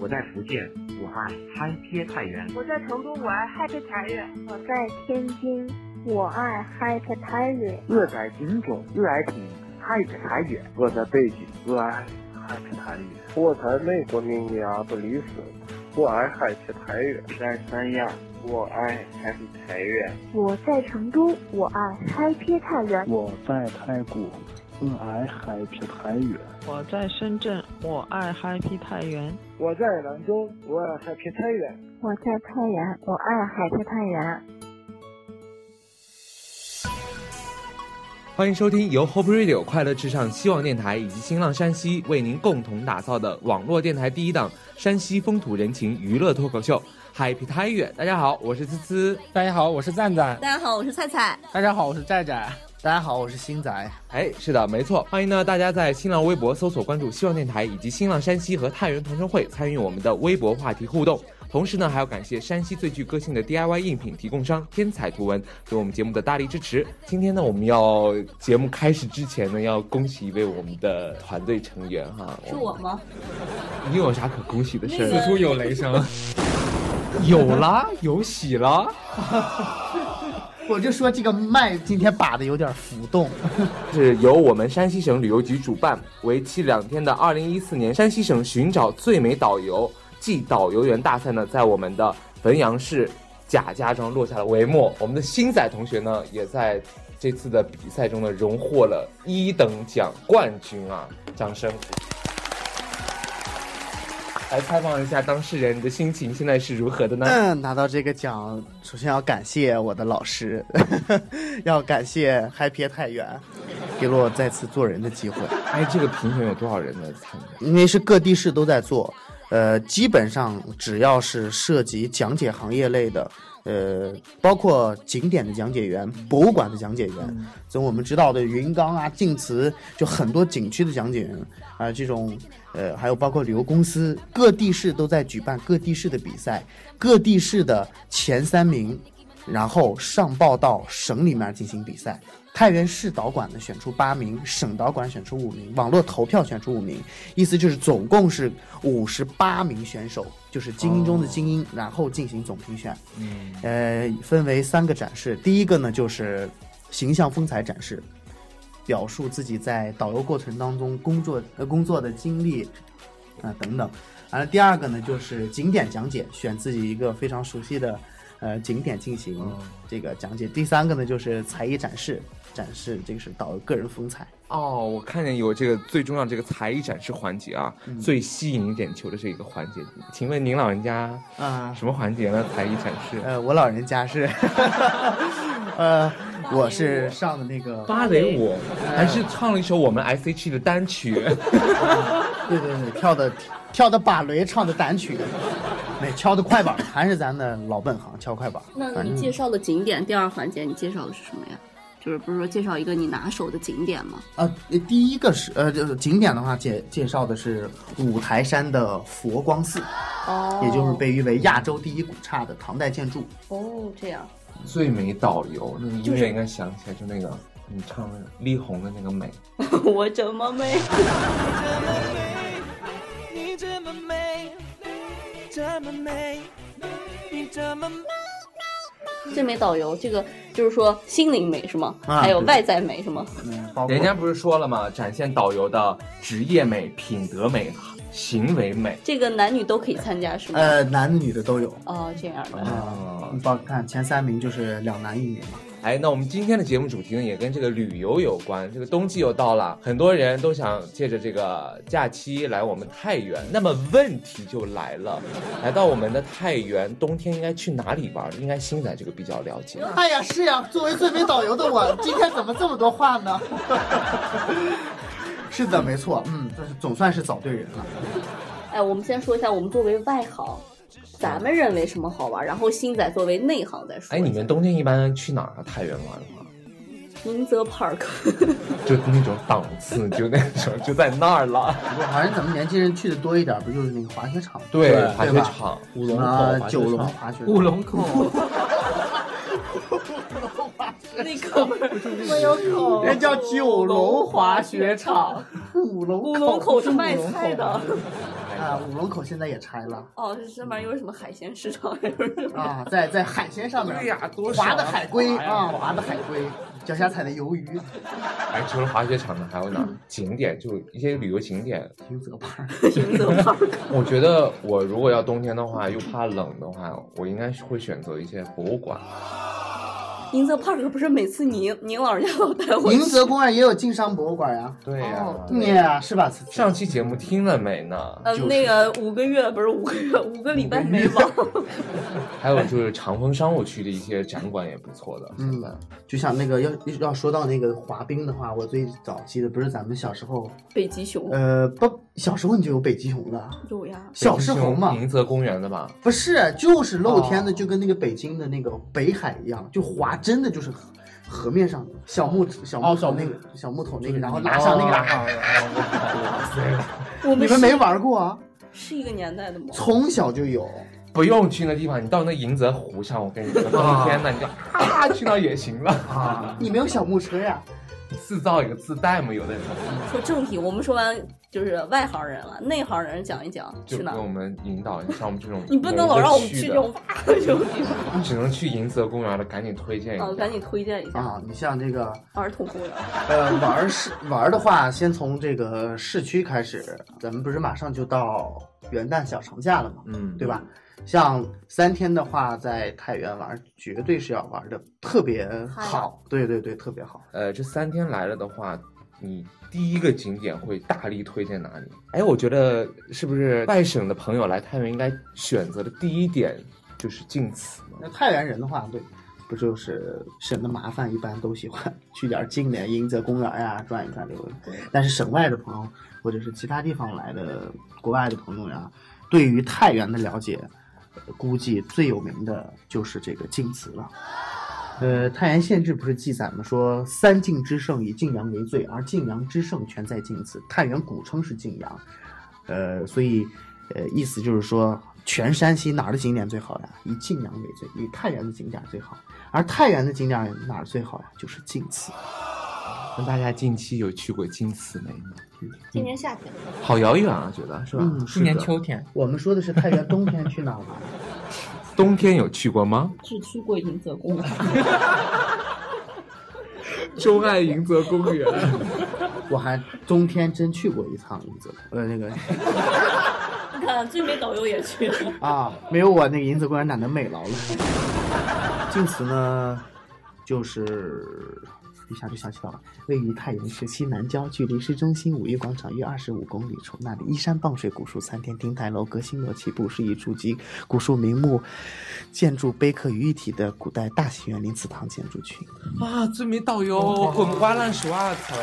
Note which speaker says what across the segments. Speaker 1: 我在福建，我爱嗨贴菜园。
Speaker 2: 我在成都，我爱 Happy 茶园。
Speaker 3: 我在天津，我爱 Happy 茶园。
Speaker 4: 我在金钟，我爱听 Happy 茶园。
Speaker 5: 我在北京，
Speaker 6: 我爱 Happy 茶园。
Speaker 7: 我在美国明尼阿波利斯，我爱 Happy 茶园。
Speaker 8: 在三亚，我爱 Happy 茶园。
Speaker 3: 我在成都，我爱 Happy 茶园。
Speaker 9: 我在泰国。嗯我爱 Happy 太原。
Speaker 10: 我在深圳，我爱 Happy 太原。
Speaker 11: 我在兰州，我爱 Happy 太原。
Speaker 12: 我在太原，我爱 Happy 太原。
Speaker 13: 欢迎收听由 Hope Radio 快乐至上希望电台以及新浪山西为您共同打造的网络电台第一档山西风土人情娱乐脱口秀。Happy 太原，大家好，我是呲呲。
Speaker 14: 大家好，我是赞赞。
Speaker 15: 大家好，我是菜菜。
Speaker 16: 大家好，我是寨寨。
Speaker 17: 大家好，我是星仔。
Speaker 13: 哎，是的，没错。欢迎呢，大家在新浪微博搜索关注希望电台以及新浪山西和太原同城会，参与我们的微博话题互动。同时呢，还要感谢山西最具个性的 DIY 应品提供商天彩图文对我们节目的大力支持。今天呢，我们要节目开始之前呢，要恭喜一位我们的团队成员哈。
Speaker 15: 是我吗？
Speaker 13: 你有啥可恭喜的事？
Speaker 14: 此处有雷声。
Speaker 13: 有啦，有喜啦。
Speaker 17: 我就说这个麦今天把的有点浮动，
Speaker 13: 是由我们山西省旅游局主办，为期两天的二零一四年山西省寻找最美导游暨导游员大赛呢，在我们的汾阳市贾家庄落下了帷幕。我们的星仔同学呢，也在这次的比赛中呢，荣获了一等奖冠军啊！掌声。来采访一下当事人，你的心情现在是如何的呢？
Speaker 17: 嗯，拿到这个奖，首先要感谢我的老师， 要感谢 Happy 太原，给了我再次做人的机会。
Speaker 13: 哎，这个评选有多少人来参加？
Speaker 17: 因为是各地市都在做，呃，基本上只要是涉及讲解行业类的，呃，包括景点的讲解员、博物馆的讲解员，嗯、从我们知道的云冈啊、晋祠，就很多景区的讲解员啊、呃，这种。呃，还有包括旅游公司，各地市都在举办各地市的比赛，各地市的前三名，然后上报到省里面进行比赛。太原市导管呢选出八名，省导管选出五名，网络投票选出五名，意思就是总共是五十八名选手，就是精英中的精英，哦、然后进行总评选。嗯，呃，分为三个展示，第一个呢就是形象风采展示。表述自己在导游过程当中工作呃工作的经历，啊、呃、等等。完了，第二个呢就是景点讲解，选自己一个非常熟悉的呃景点进行这个讲解。第三个呢就是才艺展示，展示这个是导游个人风采。
Speaker 13: 哦，我看见有这个最重要这个才艺展示环节啊，嗯、最吸引眼球的这一个环节。请问您老人家啊什么环节呢？才艺展示？
Speaker 17: 呃，我老人家是 呃。我是上的那个
Speaker 13: 芭蕾舞，还是唱了一首我们 S.H.E 的单曲。
Speaker 17: 对对对，跳的跳的芭蕾，唱的单曲，那敲的快板，还是咱的老本行，敲快板。
Speaker 15: 那你介绍的景点第二环节，你介绍的是什么呀？就是不是说介绍一个你拿手的景点吗？
Speaker 17: 啊、呃，第一个是呃，就是景点的话介介绍的是五台山的佛光寺，
Speaker 15: 哦，
Speaker 17: 也就是被誉为亚洲第一古刹的唐代建筑。
Speaker 15: 哦，这样。
Speaker 13: 最美导游，那你永远应该想起来，就那个你唱的力宏的那个美。
Speaker 15: 我怎么美？
Speaker 18: 你怎么美？你怎么美？你怎么美？
Speaker 15: 最美导游，这个就是说心灵美是吗？啊、还有外在美是吗？
Speaker 17: 嗯
Speaker 13: 人家不是说了吗？展现导游的职业美、品德美、行为美。
Speaker 15: 这个男女都可以参加是吗？
Speaker 17: 呃，男女的都有。
Speaker 15: 哦，这样的。
Speaker 17: 哦、你包看前三名就是两男一女嘛。
Speaker 13: 哎，那我们今天的节目主题呢，也跟这个旅游有关。这个冬季又到了，很多人都想借着这个假期来我们太原。那么问题就来了，来到我们的太原，冬天应该去哪里玩？应该星仔这个比较了解。
Speaker 17: 哎呀，是呀，作为最美导游的我，今天怎么这么多话呢？ 是的，没错，嗯，但是总算是找对人了。
Speaker 15: 哎，我们先说一下，我们作为外行。咱们认为什么好玩，然后星仔作为内行再说。
Speaker 13: 哎，你们冬天一般去哪儿啊？太原玩吗？
Speaker 15: 明泽 Park，
Speaker 13: 就那种档次，就那种就在那儿了。
Speaker 17: 好像咱们年轻人去的多一点，不就是那个滑雪场？
Speaker 13: 对，滑雪场、
Speaker 17: 五龙口、啊九龙滑雪、
Speaker 14: 五龙口。
Speaker 15: 那哥们儿
Speaker 17: 没有口，人叫九龙滑雪场，哦
Speaker 15: 五龙五龙口是卖菜的。
Speaker 17: 啊，五龙口现在也拆了
Speaker 15: 哦，这上面有什么海鲜市场？
Speaker 17: 啊，在在海鲜上面，
Speaker 15: 对呀多爽啊
Speaker 17: 划的海龟
Speaker 15: 划呀
Speaker 17: 啊，划的海龟，脚下踩的鱿鱼，
Speaker 13: 哎，除了滑雪场呢，还有哪儿景点？就一些旅游景点。
Speaker 17: 平泽畔。
Speaker 15: 平泽畔。
Speaker 13: 我觉得我如果要冬天的话，又怕冷的话，我应该是会选择一些博物馆。
Speaker 15: 银泽 park 不是每次您您老人家老带我
Speaker 17: 宁泽公园也有晋商博物馆呀。
Speaker 13: 对呀、
Speaker 15: 哦
Speaker 17: 对呀，是吧？
Speaker 13: 上期节目听了没呢？
Speaker 15: 呃，那个五个月不是五个月，五个礼拜没网。
Speaker 13: 还有就是长风商务区的一些展馆也不错的。嗯，
Speaker 17: 就像那个要要说到那个滑冰的话，我最早记得不是咱们小时候，
Speaker 15: 北极熊
Speaker 17: 呃，不，小时候你就有北极熊了，
Speaker 15: 有呀，
Speaker 17: 小时候嘛，
Speaker 13: 宁泽公园的吧？
Speaker 17: 不是，就是露天的，就跟那个北京的那个北海一样，就滑，真的就是河河面上的小木哦小木头那个小木头那个，然后哦拉上那个，
Speaker 13: 哦
Speaker 15: 我们
Speaker 17: 你
Speaker 15: 是
Speaker 17: 们没玩过啊？
Speaker 15: 是一个年代的吗？
Speaker 17: 从小就有。
Speaker 13: 不用去那地方，你到那银泽湖上，我跟你说，冬天呢，你就啊去那儿也行了。啊，
Speaker 17: 你没有小木车呀？
Speaker 13: 自造一个自带嘛，有的人
Speaker 15: 说正题，我们说完就是外行人了，内行人讲一讲
Speaker 13: 就
Speaker 15: 去
Speaker 13: 给
Speaker 15: 哪儿
Speaker 13: 我。们引导，像我们这种
Speaker 15: 你不能老让我们
Speaker 13: 没得
Speaker 15: 去
Speaker 13: 去
Speaker 15: 这种哇这种地方。
Speaker 13: 的，只能去银泽公园了，赶紧推荐一
Speaker 15: 啊，
Speaker 13: 下。
Speaker 15: 赶紧推荐一下
Speaker 17: 啊，你像这个
Speaker 15: 儿童公园。
Speaker 17: 呃，玩儿是玩儿的话，先从这个市区开始。咱们不是马上就到元旦小长假了嘛，
Speaker 13: 嗯，
Speaker 17: 对吧？像三天的话，在太原玩儿绝对是要玩的特别好，对对对，特别好。
Speaker 13: 呃，这三天来了的话，你第一个景点会大力推荐哪里？哎，我觉得是不是外省的朋友来太原应该选择的第一点就是晋祠呢？
Speaker 17: 那太原人的话，对，不就是省得麻烦，一般都喜欢 去点儿近点，迎泽公园呀、转一转溜一溜。但是省外的朋友，或者是其他地方来的国外的朋友呀，对于太原的了解，呃估计最有名的就是这个晋祠了。呃，太原县志不是记载吗？说三晋之盛以晋阳为最，而晋阳之盛全在晋祠。太原古称是晋阳，呃，所以呃，意思就是说，全山西哪儿的景点最好呀？以晋阳为最，以太原的景点最好。而太原的景点哪儿最好呀？就是晋祠。
Speaker 13: 那大家近期有去过晋祠没呢？
Speaker 15: 今年夏天，
Speaker 13: 好遥远啊，觉得是吧？
Speaker 17: 嗯，是
Speaker 13: 今
Speaker 17: 的
Speaker 13: 年秋天，
Speaker 17: 我们说的是太原冬天去哪儿玩？
Speaker 13: 冬天有去过吗？
Speaker 15: 只去过迎泽公园。
Speaker 13: 钟爱迎泽公园，
Speaker 17: 我还冬天真去过一趟迎泽，呃，那个
Speaker 15: 你看，最美导游也去了。
Speaker 17: 啊，没有我那个银子公园哪能美劳了？晋祠呢，就是一下就想起到了，位于太原市西南郊，距离市中心五一广场约二十五公里处。那里依山傍水，古树参天，亭台楼阁星罗棋布，是一处集古树名木、建筑碑刻于一体的古代大型园林祠堂建筑 群。
Speaker 13: 哇，最美导游，滚瓜烂熟啊！操，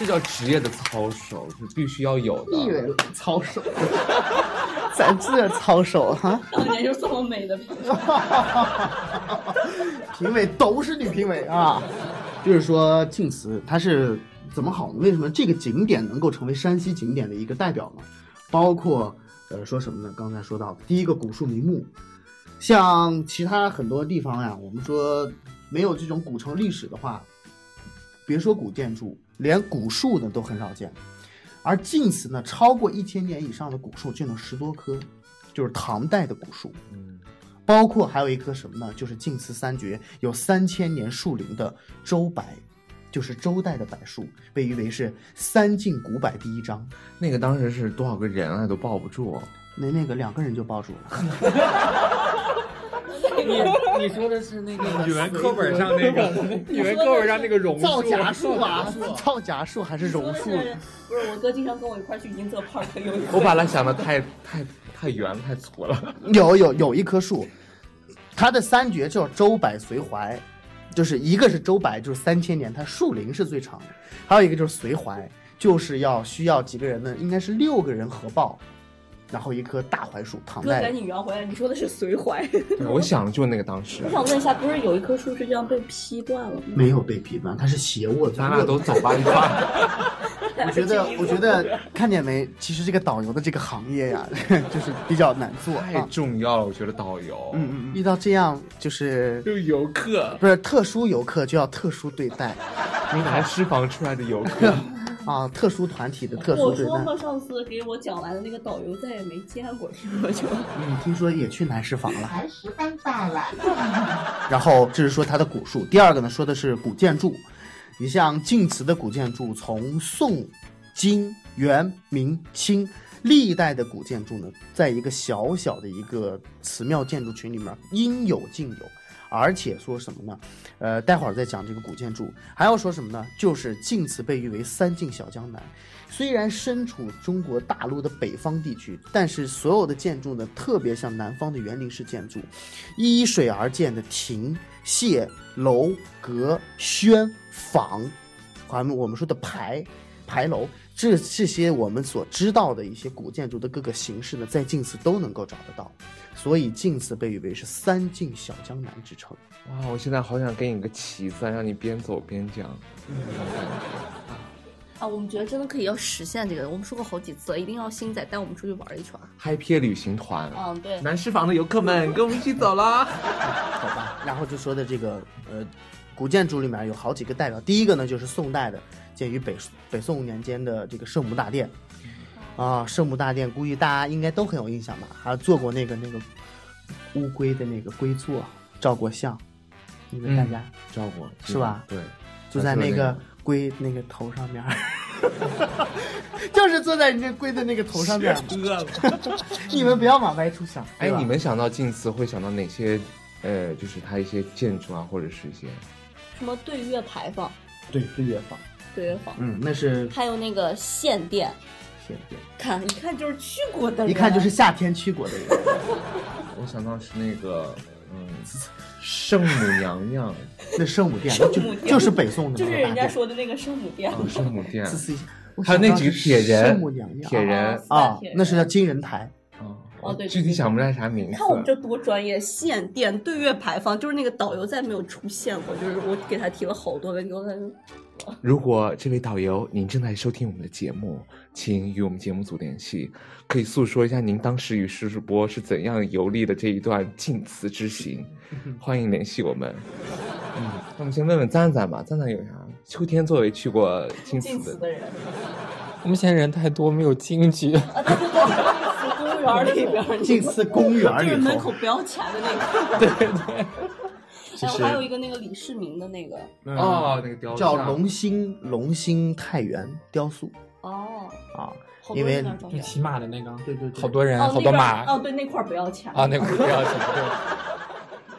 Speaker 13: 这叫职业的操守，是必须要有的。
Speaker 17: 以为操守， 咱这操守哈，
Speaker 15: 当年就这么美的评论，
Speaker 17: 评委都是女评委啊。就是说晋祠它是怎么好呢？为什么这个景点能够成为山西景点的一个代表呢？包括呃说什么呢？刚才说到第一个古树名木，像其他很多地方呀，我们说没有这种古城历史的话，别说古建筑，连古树呢都很少见。而晋祠呢，超过一千年以上的古树就有十多棵，就是唐代的古树。包括还有一棵什么呢？就是晋祠三绝，有三千年树龄的周柏，就是周代的柏树，被誉为是三晋古柏第一章。
Speaker 13: 那个当时是多少个人啊，都抱不住。
Speaker 17: 那那个两个人就抱住了。
Speaker 5: 你你说的是那个
Speaker 17: 语文课本上那个
Speaker 5: 语文课本上那个榕树
Speaker 17: 造假 树 啊，造假树还是榕树？
Speaker 15: 不是我哥经常跟我一块儿去银泽 park 游泳。
Speaker 13: 我把它想的太太太圆太粗了。
Speaker 17: 有有有一棵树，它的三绝叫周柏随槐，就是一个是周柏，就是三千年，它树龄是最长的；还有一个就是随槐，就是要需要几个人呢？应该是六个人合抱，然后一棵大槐树，唐
Speaker 15: 哥赶
Speaker 17: 代。
Speaker 15: 紧圆回来，你说的是随槐。
Speaker 13: 我想就那个当时
Speaker 15: 我，想问一下，不是有一棵树是这样被劈断了吗？
Speaker 17: 没有被劈断，它是斜卧的。
Speaker 13: 咱俩都走吧一块儿。
Speaker 17: 我觉得，我觉得看见没？其实这个导游的这个行业呀， 就是比较难做。
Speaker 13: 太重要了，我觉得导游。
Speaker 17: 嗯嗯，遇到这样就是
Speaker 13: 就游客，
Speaker 17: 不是特殊游客就要特殊对待。
Speaker 13: 你还是释放出来的游客。
Speaker 17: 啊，特殊团体的特殊
Speaker 15: 我
Speaker 17: 对
Speaker 15: 说
Speaker 17: 待
Speaker 15: 嘛，。上次给我讲完的那个导游再也没见过，是吧？ 就
Speaker 17: 嗯，听说也去南石坊了。
Speaker 15: 还十分大了。
Speaker 17: 然后这是说它的古树。第二个呢，说的是古建筑。你像晋祠的古建筑，从宋、金、元、明清历代的古建筑呢，在一个小小的一个祠庙建筑群里面应有尽有。而且说什么呢？呃，待会儿再讲这个古建筑，还要说什么呢？就是晋祠被誉为三晋小江南，虽然身处中国大陆的北方地区，但是所有的建筑呢，特别像南方的园林式建筑，依水而建的亭、榭、楼、阁、轩、坊，咱们我们说的牌、牌楼，这这些我们所知道的一些古建筑的各个形式呢，在晋祠都能够找得到，所以晋祠被誉为是三晋小江南之称。
Speaker 13: 哇，我现在好想给你个旗子啊，让你边走边讲。
Speaker 15: 啊，我们觉得真的可以要实现这个，我们说过好几次了，一定要星仔带我们出去玩一圈儿。
Speaker 13: 嗨皮旅行团，
Speaker 15: 嗯，对，
Speaker 13: 南石坊的游客们跟我们一起走啦。
Speaker 17: 好吧，然后就说的这个呃，古建筑里面有好几个代表，第一个呢就是宋代的，建于北北宋年间的这个圣母大殿，
Speaker 13: 嗯
Speaker 17: 啊，圣母大殿估计大家应该都很有印象吧？还做过那个那个乌龟的那个龟座，照过相，你们大家、
Speaker 13: 照顾
Speaker 17: 是吧？
Speaker 13: 对，
Speaker 17: 就在那个龟那个头上面儿， 就是坐在你这龟的那个头上面儿嘛。 你们不要往歪处想。
Speaker 13: 哎
Speaker 17: 对，吧
Speaker 13: 你们想到晋祠会想到哪些？呃，就是它一些建筑啊，或者是一些
Speaker 15: 什么对月牌坊、
Speaker 17: 对对月坊，
Speaker 15: 对月坊，
Speaker 17: 嗯，那是
Speaker 15: 还有那个县店，
Speaker 17: 县店，
Speaker 15: 看一看就是去过的人，
Speaker 17: 一看就是夏天去过的人。
Speaker 13: 我想到是那个，嗯，圣母娘娘，
Speaker 17: 那圣母殿
Speaker 15: 圣
Speaker 17: 就
Speaker 15: 母殿，
Speaker 17: 就是北 宋的
Speaker 15: 就
Speaker 17: 那
Speaker 15: 是
Speaker 17: 个大嗯
Speaker 15: 人家
Speaker 17: 殿。
Speaker 15: 说的那个圣母殿，
Speaker 13: 哦，圣母 殿，
Speaker 17: 自私一下我
Speaker 13: 还有
Speaker 17: 想
Speaker 13: 那
Speaker 17: 到
Speaker 13: 几个铁人，
Speaker 17: 圣母娘娘
Speaker 13: 铁人
Speaker 17: 啊
Speaker 15: 铁，人
Speaker 17: 那是叫金人台。
Speaker 13: 嗯
Speaker 15: 哦对，
Speaker 13: 具体想不出来啥名
Speaker 15: 你
Speaker 13: 字
Speaker 15: 看。我们这多专业，县店对月牌坊，就是那个导游再没有出现过，就是我给他提了好多问题，我感觉
Speaker 13: 如果这位导游您正在收听我们的节目，请与我们节目组联系，可以诉说一下您当时与施主播是怎样游历的这一段晋祠之行，欢迎联系我们。嗯，那我们先问问赞赞吧，赞赞有啥？秋天作为去过晋祠
Speaker 15: 近似
Speaker 13: 哦的，
Speaker 15: 的人，
Speaker 14: 我们现在人太多，没有进去。
Speaker 15: 就是公园里边，
Speaker 14: 近似公园里头
Speaker 15: 就是门口不要钱 的那个，对对。
Speaker 17: 就
Speaker 15: 还有
Speaker 17: 是
Speaker 15: 还有一个那个李世民的那个，
Speaker 13: 哦那个雕像
Speaker 17: 叫龙兴龙兴太原雕塑
Speaker 15: 哦，
Speaker 17: 啊
Speaker 15: 好，多
Speaker 17: 因为
Speaker 15: 人在那儿照
Speaker 14: 就
Speaker 15: 相
Speaker 14: 骑马的那个，
Speaker 17: 对对
Speaker 14: 好多人，
Speaker 15: 哦
Speaker 14: 好多马
Speaker 15: 那边哦，对，那块儿不要钱
Speaker 14: 啊，那块儿不要钱，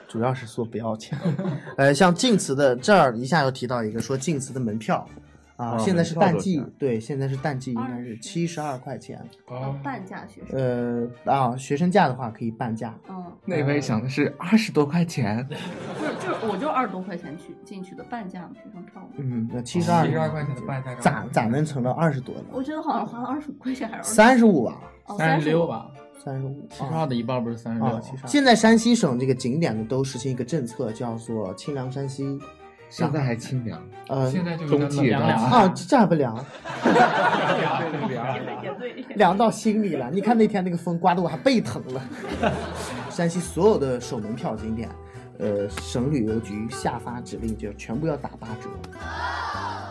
Speaker 17: 主要是说不要钱。 呃，像晋祠的这儿一下又提到一个说晋祠的门票啊，
Speaker 13: 哦
Speaker 17: 现在是
Speaker 13: 门票
Speaker 17: 淡
Speaker 13: 多少
Speaker 17: 季
Speaker 13: 钱，
Speaker 17: 对，现在是淡季，应该是七十二块钱。
Speaker 15: 哦半价学生，
Speaker 17: 呃啊，学生价的话可以半价。
Speaker 15: 嗯，
Speaker 13: 那位想的是二十多块钱，
Speaker 15: 不是，就是我就二十多块钱去进去的半价嘛学生票嘛，
Speaker 17: 嗯，那七十二
Speaker 14: 72块钱的半价
Speaker 17: 咋咋能成到二十多呢？
Speaker 15: 我觉得好像花了二十五块钱还是
Speaker 17: 三十五啊，
Speaker 15: 哦
Speaker 14: 三
Speaker 15: 三
Speaker 14: 十六吧，
Speaker 17: 三十五，
Speaker 14: 七十二的一半不是三十六，
Speaker 17: 啊
Speaker 14: 七十，二。
Speaker 17: 现在山西省这个景点呢，都实行一个政策，叫做清凉山西。
Speaker 13: 现在还清凉，
Speaker 17: 呃，
Speaker 13: 现在就冬季也到了
Speaker 17: 啊，这还不凉，
Speaker 15: 也 对，
Speaker 17: 凉到心里了。你看那天那个风刮得我还背疼了。 山西所有的守门票景点，呃，省旅游局下发指令，就全部要打八折。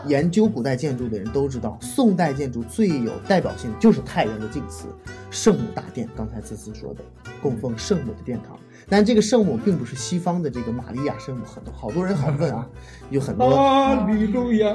Speaker 17: 研究古代建筑的人都知道，宋代建筑最有代表性的就是太原的晋祠、圣母大殿。刚才思思说的，供奉圣母的殿堂，但这个圣母并不是西方的这个玛利亚圣母，很多好多人还问啊，有很多
Speaker 14: 利路亚，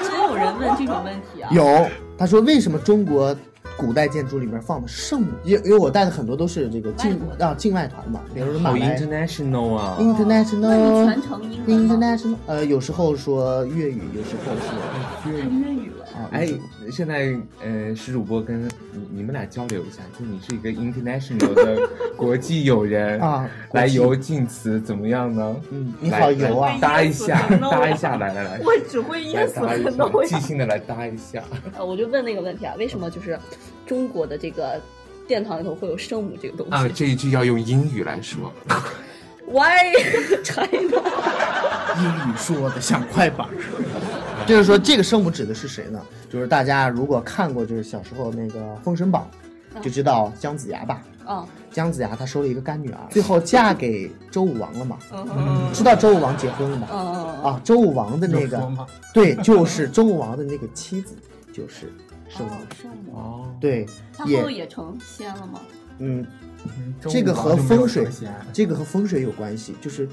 Speaker 15: 真有人问这种问题啊？
Speaker 17: 有，他说为什么中国古代建筑里面放的圣母？因因为我带的很多都是这个境啊境外团嘛，比如说马
Speaker 13: 好
Speaker 17: 来
Speaker 13: international 啊，
Speaker 17: international
Speaker 15: 全程英文吗
Speaker 17: international，呃，有时候说粤语，有时候说
Speaker 15: 太粤语了，
Speaker 17: 啊，
Speaker 13: 哎，现在呃，石主播跟你你们俩交流一下，就你是一个 international 的国际友人
Speaker 17: 啊 国
Speaker 13: 来
Speaker 17: 际
Speaker 13: 游晋祠怎么样呢？
Speaker 17: 嗯，你
Speaker 13: 来
Speaker 17: 好油啊
Speaker 13: 来搭一下
Speaker 15: 我以为你要，
Speaker 13: 搭一下，来来来，
Speaker 15: 我只会
Speaker 13: 来
Speaker 15: yes
Speaker 13: 搭一
Speaker 15: 和
Speaker 13: 下
Speaker 15: no 呀
Speaker 13: 即兴的来搭一 下。
Speaker 15: 呃，我就问那个问题啊，为什么就是中国的这个殿堂里头会有圣母这个东西、
Speaker 13: 啊，这一句要用英语来说，
Speaker 15: w h y China？
Speaker 17: 英语说的像快板。 就是说，这个圣母指的是谁呢？就是大家如果看过，就是小时候那个《封神榜》，就知道姜子牙吧。
Speaker 15: 嗯
Speaker 17: 姜子牙他收了一个干女儿，最后嫁给周武王了嘛？
Speaker 15: 嗯
Speaker 17: 知道周武王结婚了吗？
Speaker 15: 嗯
Speaker 17: 啊，周武王的那
Speaker 15: 有
Speaker 17: 个
Speaker 15: 说吗，
Speaker 17: 对，就是周武王的那个妻子，就是圣母。
Speaker 15: 圣母，
Speaker 17: 哦，对，
Speaker 15: 他
Speaker 17: 也
Speaker 15: 后也成仙了吗？
Speaker 17: 嗯，
Speaker 14: 周
Speaker 17: 这个
Speaker 14: 武王
Speaker 17: 和
Speaker 14: 就没有
Speaker 17: 风水
Speaker 14: 成仙，
Speaker 17: 这个和风水有关系，就是。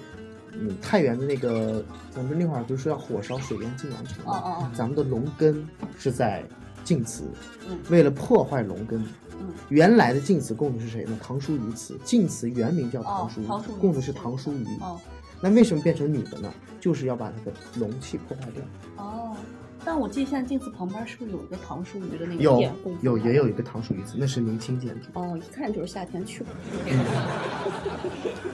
Speaker 17: 嗯，太原的那个，咱们那会儿都说要火烧水淹晋阳城嘛，
Speaker 15: 哦哦哦
Speaker 17: 咱们的龙根是在晋祠，
Speaker 15: 嗯
Speaker 17: 为了破坏龙根，
Speaker 15: 嗯
Speaker 17: 原来的晋祠供的是谁呢？唐叔虞祠，晋祠原名叫唐
Speaker 15: 哦
Speaker 17: 叔，
Speaker 15: 唐叔虞
Speaker 17: 供的是唐叔虞。
Speaker 15: 哦
Speaker 17: 那为什么变成女的呢？就是要把那个龙气破坏掉。
Speaker 15: 哦，但我记得现在镜子旁边是不是有一个唐叔虞的那个
Speaker 17: 有
Speaker 15: 典故？
Speaker 17: 有也有一个唐叔虞祠，那是明清建筑。
Speaker 15: 哦，一看就是夏天去的，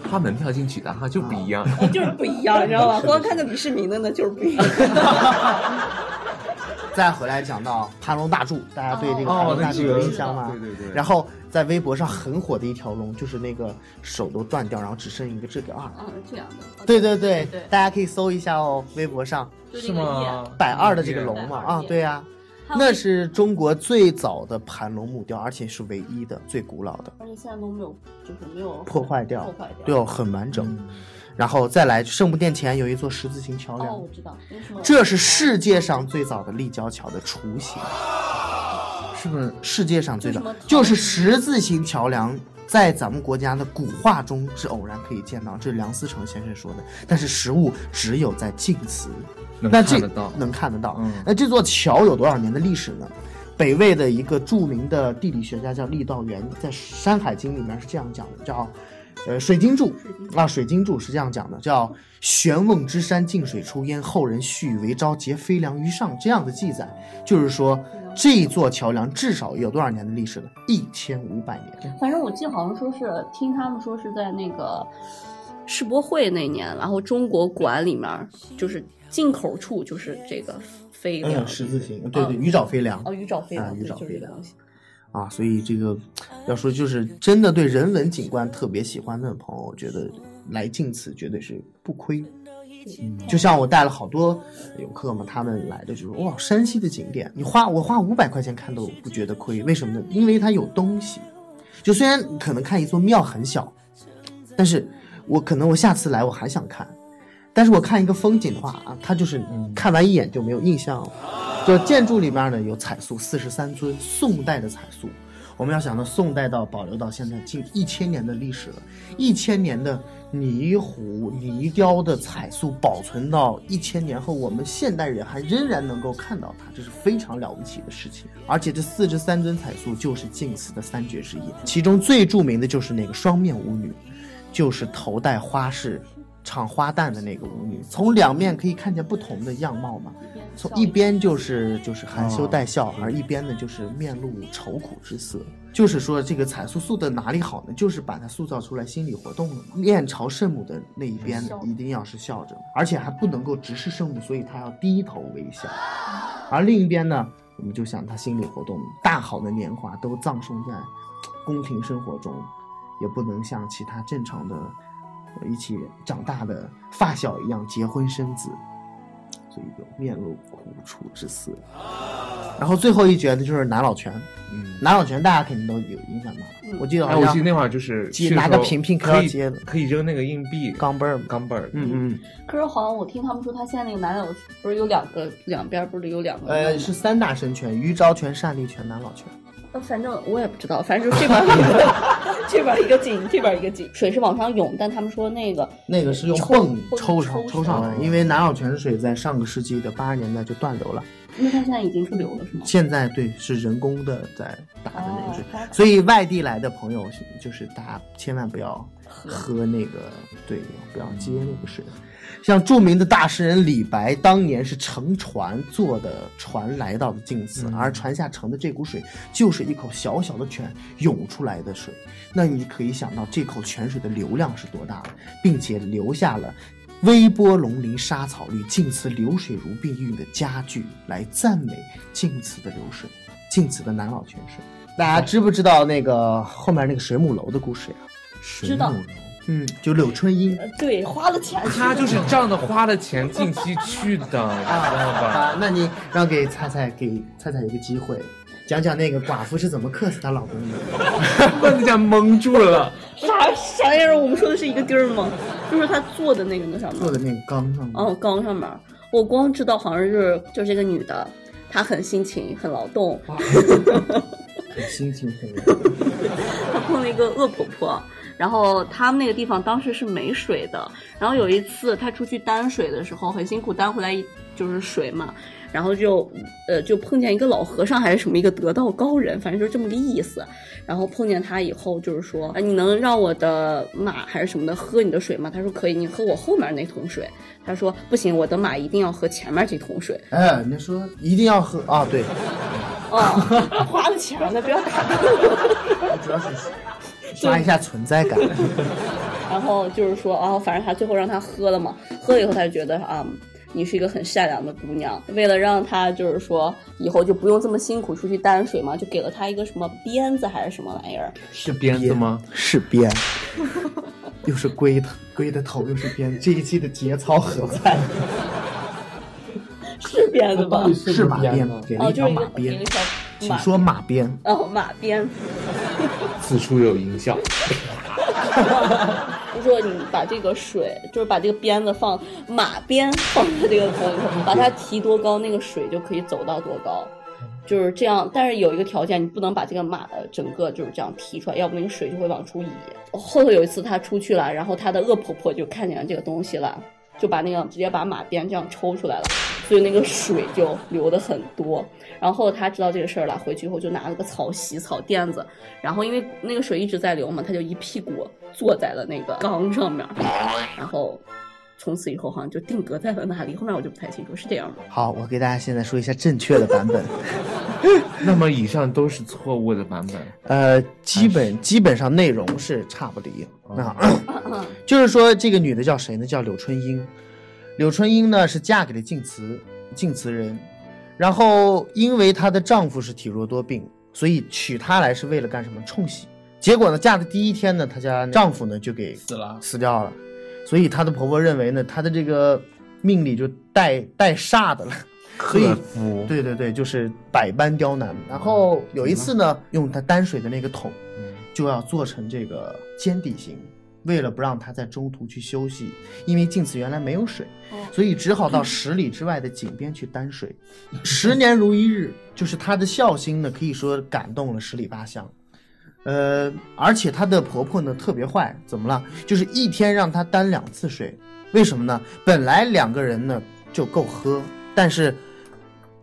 Speaker 13: 花门票进去的哈就不一样。
Speaker 17: 啊
Speaker 15: 就是不一 样，你知道吗？光看个李世民的那就是不一 样。
Speaker 17: 再回来讲到盘龙大柱，大家对这个
Speaker 13: 哦
Speaker 17: 盘龙大柱有印象
Speaker 13: 哦
Speaker 17: 吗？
Speaker 13: 那个对对对
Speaker 17: 然后在微博上很火的一条龙，就是那个手都断掉，然后只剩一个这个二。
Speaker 15: 嗯，这样的。
Speaker 17: 对对对，
Speaker 15: 对
Speaker 17: 大家可以搜一下哦，微博上
Speaker 15: 是吗
Speaker 17: 百二的这个龙嘛，啊，对呀、那是中国最早的盘龙木雕，而且是唯一的、最古老的，
Speaker 15: 而且现在都没有，就是没有
Speaker 17: 破坏掉，
Speaker 15: 破坏掉，嗯
Speaker 17: 对哦，很完整。然后再来，圣母殿前有一座十字形桥梁，
Speaker 15: 哦，我知道，为什么
Speaker 17: 这是世界上最早的立交桥的雏形，是不是？世界上最早就是十字形桥梁，在咱们国家的古画中是偶然可以见到，这是梁思成先生说的。但是实物只有在晋祠，
Speaker 13: 能
Speaker 17: 那这
Speaker 13: 看得到嗯
Speaker 17: 能看得到。那这座桥有多少年的历史呢？北魏的一个著名的地理学家叫郦道元，在《山海经》里面是这样讲的，叫呃，水晶柱啊，水晶柱是这样讲的，叫“玄瓮之山，静水出焉，后人续以为昭，结飞梁于上”这样的记载，就是说这座桥梁至少有多少年的历史了？一千五百年。
Speaker 15: 反正我记得好像说是听他们说是在那个世博会那年，然后中国馆里面就是进口处就是这个飞
Speaker 17: 哎呀
Speaker 15: 梁，
Speaker 17: 十字形，对对，鱼爪飞梁
Speaker 15: 哦，鱼爪飞
Speaker 17: 啊
Speaker 15: 梁，
Speaker 17: 鱼
Speaker 15: 对
Speaker 17: 爪
Speaker 15: 就是
Speaker 17: 飞
Speaker 15: 这个东西。
Speaker 17: 啊，所以这个要说就是真的对人文景观特别喜欢的朋友，我觉得来晋祠绝对是不亏。嗯就像我带了好多游客嘛，他们来的就是哇，山西的景点，你花我花五百块钱看都不觉得亏，为什么呢？因为它有东西。就虽然可能看一座庙很小，但是我可能我下次来我还想看，但是我看一个风景的话啊，它就是看完一眼就没有印象了。就建筑里面呢有彩塑四十三尊，宋代的彩塑，我们要想到宋代到保留到现在近一千年的历史了，一千年的泥糊泥雕的彩塑保存到一千年后，我们现代人还仍然能够看到它，这是非常了不起的事情。而且这四十三尊彩塑就是晋祠的三绝之一，其中最著名的就是那个双面舞女，就是头戴花饰。唱花旦的那个舞女，从两面可以看见不同的样貌嘛。从一边就是就是含羞带笑，而一边呢就是面露愁苦之色。就是说，这个彩素素的哪里好呢？就是把它塑造出来心理活动了嘛。面朝圣母的那一边呢
Speaker 16: 笑，
Speaker 17: 一定要是笑着，而且还不能够直视圣母，所以她要低头微笑。而另一边呢，我们就想她心理活动，大好的年华都葬送在宫廷生活中，也不能像其他正常的呃一起长大的发小一样结婚生子，所以就面露苦楚之色。然后最后一绝的就是南老泉，
Speaker 13: 嗯，
Speaker 17: 南老泉大家肯定都有印象吧？我记得
Speaker 13: 哎，
Speaker 17: 好
Speaker 13: 我
Speaker 17: 像
Speaker 13: 记得那会儿就是
Speaker 17: 几
Speaker 13: 去的
Speaker 17: 拿
Speaker 13: 时候
Speaker 17: 个瓶瓶
Speaker 13: 可以
Speaker 17: 接的，
Speaker 13: 可以扔那个硬币，
Speaker 17: 钢镚儿，
Speaker 13: 钢镚儿，
Speaker 17: 嗯嗯，
Speaker 15: 可是好像我听他们说，他现在那个男友不是有两个，两边不是有两个？
Speaker 17: 呃，是三大神拳：鱼招拳、单立拳、南老拳。
Speaker 15: 呃，反正我也不知道，反正就这边一个，这边一个井，这边一个井，水是往上涌，但他们说那个
Speaker 17: 那个是用
Speaker 15: 抽
Speaker 17: 泵
Speaker 15: 抽
Speaker 17: 抽上抽上
Speaker 13: 哦
Speaker 17: 来，因为南老泉水在上个世纪的八十年代就断流了，
Speaker 15: 因为他现在已经不流了，是吗？
Speaker 17: 现在对是人工的在打的那个水
Speaker 15: 哦，
Speaker 17: 所以外地来的朋友是就是大家千万不要喝那个，对，不要接那个水。像著名的大诗人李白，当年是乘船坐的船来到的晋祠，而船下盛的这股水就是一口小小的泉涌出来的水。那你可以想到这口泉水的流量是多大了，并且留下了“微波龙鳞沙草绿，晋祠流水如碧玉”的佳句来赞美晋祠的流水，晋祠的南老泉水。大家知不知道那个后面那个水母楼的故事呀、
Speaker 15: 知道，
Speaker 17: 嗯，就柳春英。
Speaker 15: 对，花了
Speaker 8: 哎
Speaker 15: 钱去的，
Speaker 13: 他就是仗着花了钱近 啊期去的，你知道吧？
Speaker 8: 啊
Speaker 17: 啊啊，那你让给菜菜给菜菜一个机会。讲讲那个寡妇是怎么克死她老公
Speaker 13: 的。罐子酱蒙住 了，
Speaker 15: 啥啥玩意儿？我们说的是一个地儿吗？就是他坐的那个那上面，
Speaker 17: 坐的那个缸上面。
Speaker 15: 哦，缸上面，我光知道好像是就这个女的，她很辛勤，很劳动，
Speaker 17: 很辛勤很累。
Speaker 15: 她碰了一个恶婆婆。然后他们那个地方当时是没水的，然后有一次他出去担水的时候很辛苦担回来一就是水嘛，然后就呃就碰见一个老和尚还是什么一个得道高人，反正就是这么个意思。然后碰见他以后就是说，啊、你能让我的马还是什么的喝你的水吗？他说可以，你喝我后面那桶水。他说不行，我的马一定要喝前面这桶水。
Speaker 17: 哎，你说一定要喝啊？对，
Speaker 15: 哦， 花了钱了，不要打断我。
Speaker 17: 主要是。刷一下存在感，
Speaker 15: 然后就是说啊，反正他最后让他喝了嘛，喝了以后他就觉得啊，你是一个很善良的姑娘。为了让他就是说以后就不用这么辛苦出去担水嘛，就给了他一个什么鞭子还是什么玩意儿？
Speaker 13: 是鞭子吗？
Speaker 17: 是鞭，又是龟的龟的头，又是鞭。这一期的节操何在？
Speaker 15: 是鞭子吧？
Speaker 17: 是马鞭，给哦了一条马鞭。请说马鞭。
Speaker 15: 哦，马鞭。
Speaker 13: 此处有音效。
Speaker 15: 就说你把这个水，就是把这个鞭子放马鞭放在这个桶里 头，把它提多高，那个水就可以走到多高，就是这样。但是有一个条件，你不能把这个马的整个就是这样提出来，要不那个水就会往出溢。后头有一次他出去了，然后他的恶婆婆就看见这个东西了，就把那个直接把马鞭这样抽出来了，所以那个水就流的很多。然后他知道这个事儿了，回去以后就拿了个草席、草垫子，然后因为那个水一直在流嘛，他就一屁股坐在了那个缸上面，然后从此以后好像就定格在了那里。后面我就不太清楚，是这样吗？
Speaker 17: 好，我给大家现在说一下正确的版 本。
Speaker 13: 那么以上都是错误的版本。
Speaker 17: 呃，基本基本上内容是差不离。那、嗯、 就是说这个女的叫谁呢？叫柳春英。柳春英呢是嫁给了晋祠晋祠人。然后，因为她的丈夫是体弱多病，所以娶她来是为了干什么？冲喜。结果呢，嫁的第一天呢，她家丈夫呢就给
Speaker 19: 死了，
Speaker 17: 死掉了。所以她的婆婆认为呢，她的这个命里就带带煞的了。所以，对对对，就是百般刁难。然后有一次呢，用她担水的那个桶，就要做成这个尖底形。为了不让他在中途去休息，因为晋祠原来没有水，所以只好到十里之外的井边去担水。十年如一日，就是他的孝心呢，可以说感动了十里八乡。呃，而且她的婆婆呢特别坏，怎么了？就是一天让她担两次水，为什么呢？本来两个人呢就够喝，但是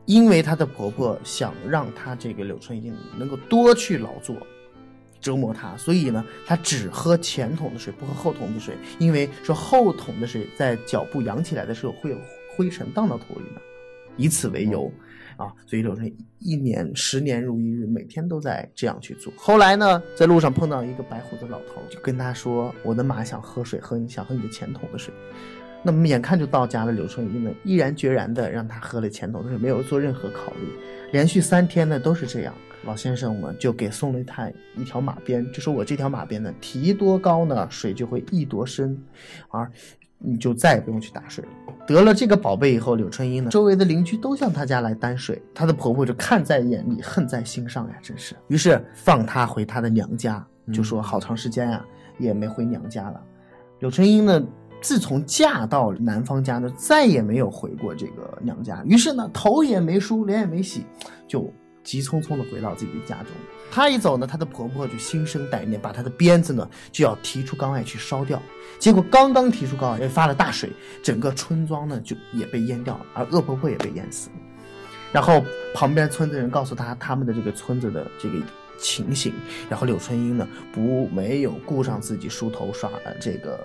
Speaker 17: 因为她的婆婆想让她这个柳春英能够多去劳作。折磨他，所以呢，他只喝前桶的水，不喝后桶的水，因为说后桶的水在脚步扬起来的时候会有灰尘荡到头里面，以此为由，啊，所以柳成一年十年如一日，每天都在这样去做。后来呢，在路上碰到一个白胡子老头，就跟他说：“我的马想喝水，喝你想喝你的前桶的水。”那么眼看就到家了，柳春一呢毅然决然的让他喝了前桶的水，没有做任何考虑，连续三天呢都是这样。老先生们就给送了他一条马鞭，就说我这条马鞭呢，提多高呢，水就会溢多深，而你就再也不用去打水了。得了这个宝贝以后，柳春英呢，周围的邻居都向她家来担水，她的婆婆就看在眼里，恨在心上呀，真是。嗯于是放她回她的娘家，就说好长时间呀、啊，也没回娘家了。柳春英呢，自从嫁到男方家呢，再也没有回过这个娘家，于是呢，头也没梳，脸也没洗，就。急匆匆的回到自己的家中，她一走呢，她的婆婆就心生歹念，把她的鞭子呢就要提出缸外去烧掉。结果刚刚提出缸外，发了大水，整个村庄呢就也被淹掉了，而恶婆婆也被淹死了。然后旁边村子人告诉她他们的这个村子的这个情形，然后柳春英呢不没有顾上自己梳头刷这个。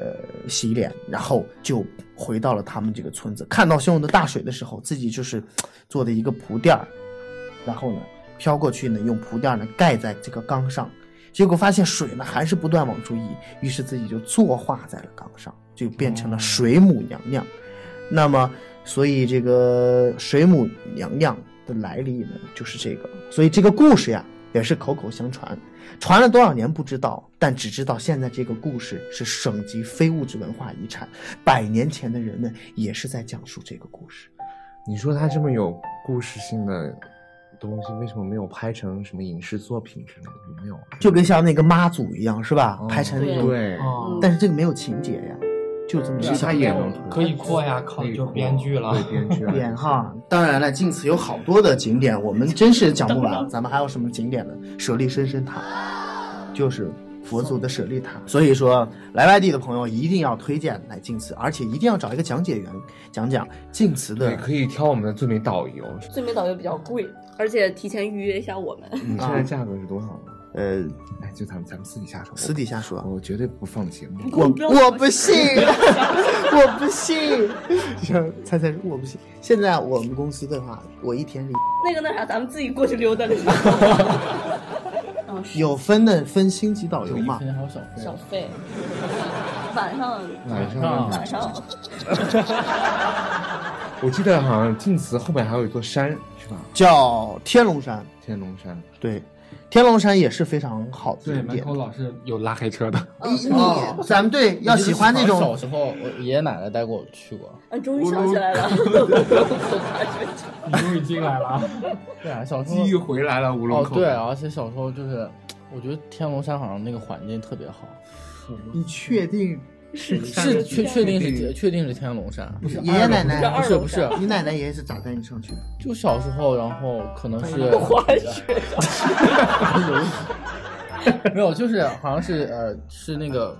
Speaker 17: 呃，洗脸，然后就回到了他们这个村子。看到汹涌的大水的时候，自己就是做的一个蒲垫儿。然后呢，飘过去呢，用蒲垫呢盖在这个缸上，结果发现水呢还是不断往出溢，于是自己就坐化在了缸上，就变成了水母娘娘。那么，所以这个水母娘娘的来历呢，就是这个。所以这个故事呀，也是口口相传，传了多少年不知道，但只知道现在这个故事是省级非物质文化遗产，百年前的人们也是在讲述这个故事。
Speaker 13: 你说他这么有故事性的。东西为什么没有拍成什么影视作品之类的？有没有？
Speaker 17: 就跟像那个妈祖一样，是吧？拍成那种，
Speaker 13: 对哦
Speaker 17: 但是这个没有情节呀，就这么一
Speaker 13: 是
Speaker 17: 个
Speaker 13: 他
Speaker 17: 小
Speaker 13: 演
Speaker 17: 片子
Speaker 13: 的
Speaker 8: 可以过呀，靠，就是编剧了，
Speaker 13: 编剧啊
Speaker 17: 演哈。当然了，晋祠有好多的景点，我们真是讲不完。 咱们还有什么景点呢？舍利深深塔，就是佛祖的舍利塔。所以说，来外地的朋友一定要推荐来晋祠，而且一定要找一个讲解员讲讲晋祠的。
Speaker 13: 对，可以挑我们的最美导游。
Speaker 15: 最美导游比较贵，而且提前预约一下我们。
Speaker 17: 嗯
Speaker 13: 你现
Speaker 17: 啊
Speaker 13: 在价格是多少呢？
Speaker 17: 呃，
Speaker 13: 哎，就咱们咱们私底下说，
Speaker 17: 私底下说，
Speaker 13: 我绝对不放节目。
Speaker 17: 我我不信，我不信。行，猜猜我不信。现在我们公司的话，我一天是
Speaker 15: 那个那啥，咱们自己过去溜达溜达。嗯
Speaker 17: 有分的分星级导游嘛？
Speaker 9: 啊
Speaker 15: 小费，晚上
Speaker 13: 晚上
Speaker 15: 晚上，
Speaker 13: 我记得好像晋祠后面还有一座山，是吧？
Speaker 17: 叫天龙山。
Speaker 13: 天龙山，
Speaker 17: 对，天龙山也是非常好的
Speaker 8: 对，
Speaker 17: 景
Speaker 8: 门
Speaker 17: 点。
Speaker 8: 口老是有拉黑车的。
Speaker 15: 嗯
Speaker 17: 你你咱们对要喜欢那
Speaker 9: 小
Speaker 17: 种
Speaker 9: 时候，我爷爷奶奶带过我去过。
Speaker 15: 啊，终于想起来
Speaker 17: 嗯
Speaker 15: 了，
Speaker 9: 你终于进来了，对啊，小时候
Speaker 20: 记忆回来了乌龙口
Speaker 9: 哦，对啊，而且小时候就是，我觉得天龙山好像那个环境特别好。
Speaker 17: 你确定是
Speaker 9: 是确确定是确定是天龙山？
Speaker 17: 不是爷爷奶奶
Speaker 9: 不是不是，
Speaker 17: 你奶奶爷爷是咋带你上去的？
Speaker 9: 就小时候，然后可能是
Speaker 17: 滑
Speaker 9: 雪，没有，就是好像是呃是那个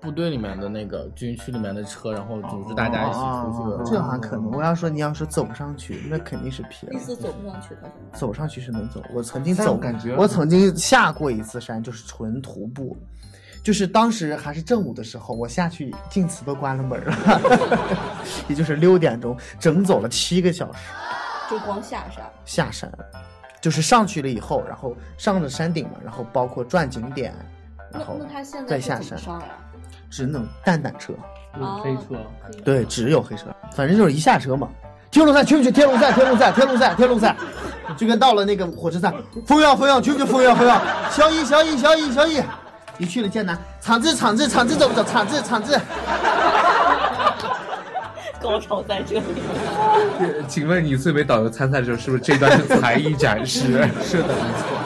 Speaker 9: 部队里面的那个军区里面的车，然后
Speaker 13: 哦
Speaker 9: 组织大家一起出去。
Speaker 17: 哦这还可能。我要说你要是走上去，那肯定是撇
Speaker 15: 第
Speaker 17: 了。
Speaker 15: 四走不上去，他说
Speaker 17: 走上去是能走，我曾经
Speaker 15: 但我
Speaker 17: 走，
Speaker 15: 感觉
Speaker 17: 我曾经下过一次山，就是纯徒步，就是当时还是正午的时候，我下去晋祠都关了门了， 也就是六点钟，整走了七个小时
Speaker 15: 就光下山。
Speaker 17: 下山，就是上去了以后，然后上了山顶嘛，然后包括转景点，
Speaker 15: 那
Speaker 17: 然后
Speaker 15: 那他现在
Speaker 17: 再
Speaker 15: 是
Speaker 17: 下
Speaker 15: 怎么
Speaker 17: 山
Speaker 15: 上啊呀？
Speaker 17: 只能蛋蛋车，
Speaker 15: 啊，
Speaker 9: 嗯黑车，
Speaker 17: 对，只有黑车，反正就是一下车嘛。天龙山去不去？天龙山，天龙山，天龙山，天龙山，就跟到了那个火车站，枫药，枫药去不去？枫药，枫药，小乙，小乙，小乙，小乙，你去了剑南，厂子，厂子，厂子走不走？厂子，厂子，
Speaker 15: 高潮在这里。
Speaker 13: 请问你最美导游参赛的时候，是不是这段是才艺展示？
Speaker 20: 是的，没错。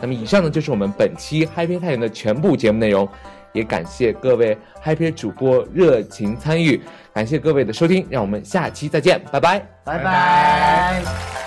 Speaker 13: 那么以上呢，就是我们本期嗨皮太原的全部节目内容，也感谢各位嗨皮主播热情参与，感谢各位的收听，让我们下期再见，拜拜。
Speaker 17: 拜拜。